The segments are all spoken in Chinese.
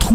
突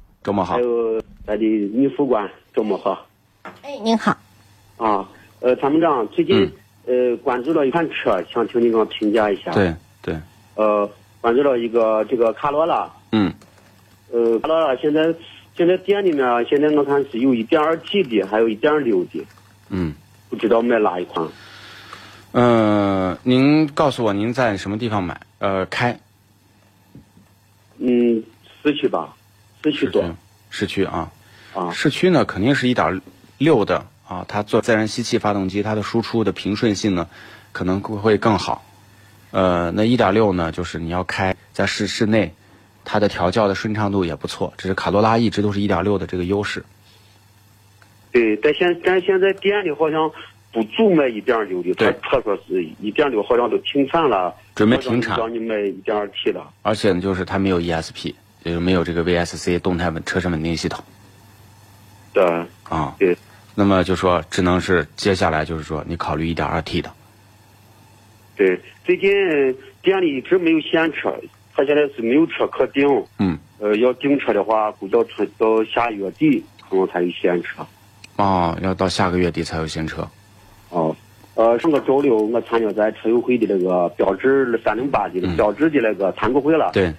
周末好还。有咱的女副官，周末好。哎，您好，啊，呃，参谋长，最近、嗯呃关注了一款车，想请你给我评价一下。。对对，呃，关注了一个这个卡罗拉，嗯呃，卡罗拉现在现在店里面现在我看是有一点二 T 的，还有一点六的，嗯不知道买哪一款。呃，您告诉我您在什么地方买？呃，开嗯，市区吧，市区多嗯市区啊，啊。市区呢肯定是一点六的啊，它做自然吸气发动机，它的输出的平顺性呢可能会更好。呃，那一点六呢，就是你要开在室室内，它的调教的顺畅度也不错，这是卡罗拉一直都是一点六的这个优势。对，但现但现在店里好像不主卖一点六的，他对他说是一点六好像都停产了，准备停产好像让你买一点二 T 了。而且呢，就是它没有 ESP，也就是没有这个 VSC 动态稳车身稳定系统对，啊。对。那么就说，只能是接下来就是说，你考虑一点二 T 的。对，最近店里一直没有现车，他现在是没有车可订。嗯。呃，要订车的话，估计要出到下月底可能才有现车。哦，要到下个月底才有新车。哦。呃，上个周六我参加咱车友会的那个标志三零八的嗯标志的那个参购会了，对，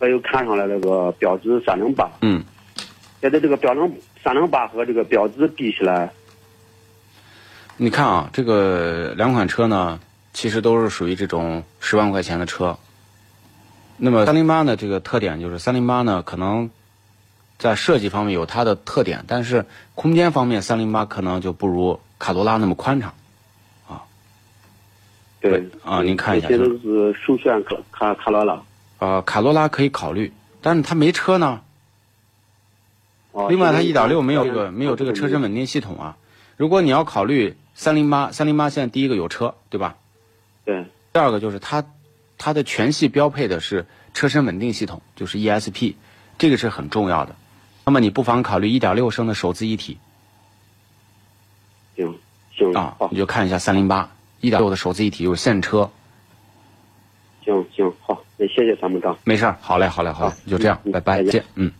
我又看上了那个标致三零八。嗯，现在这个标零三零八和这个标致比起来，你看啊，这个两款车呢，其实都是属于这种十万块钱的车。那么三零八呢，这个特点就是三零八呢，可能在设计方面有它的特点，但是空间方面，三零八可能就不如卡罗拉那么宽敞。对对啊您看一下这些都是首选卡卡卡罗拉。呃，卡罗拉可以考虑，但是它没车呢。哦另外，它现一在点六没有这个没有这个车身稳定系统啊。如果你要考虑三零八，三零八现在第一个有车，对吧？对第二个就是它它的全系标配的是车身稳定系统，就是 ESP，这个是很重要的。那么你不妨考虑一点六升的手自一体行行啊好，你就看一下三零八一点六的手自一体就是现车，行行好，那谢谢参谋长。没事儿，好嘞，好嘞，好嘞好，就这样，嗯拜拜，再见见，嗯。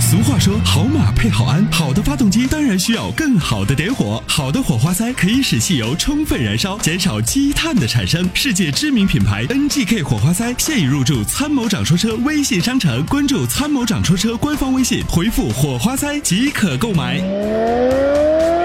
俗话说，好马配好鞍，好的发动机当然需要更好的点火。好的火花塞可以使汽油充分燃烧，减少积碳的产生。世界知名品牌 NGK 火花塞现已入驻参谋长说车微信商城，关注参谋长说车官方微信，回复火花塞即可购买。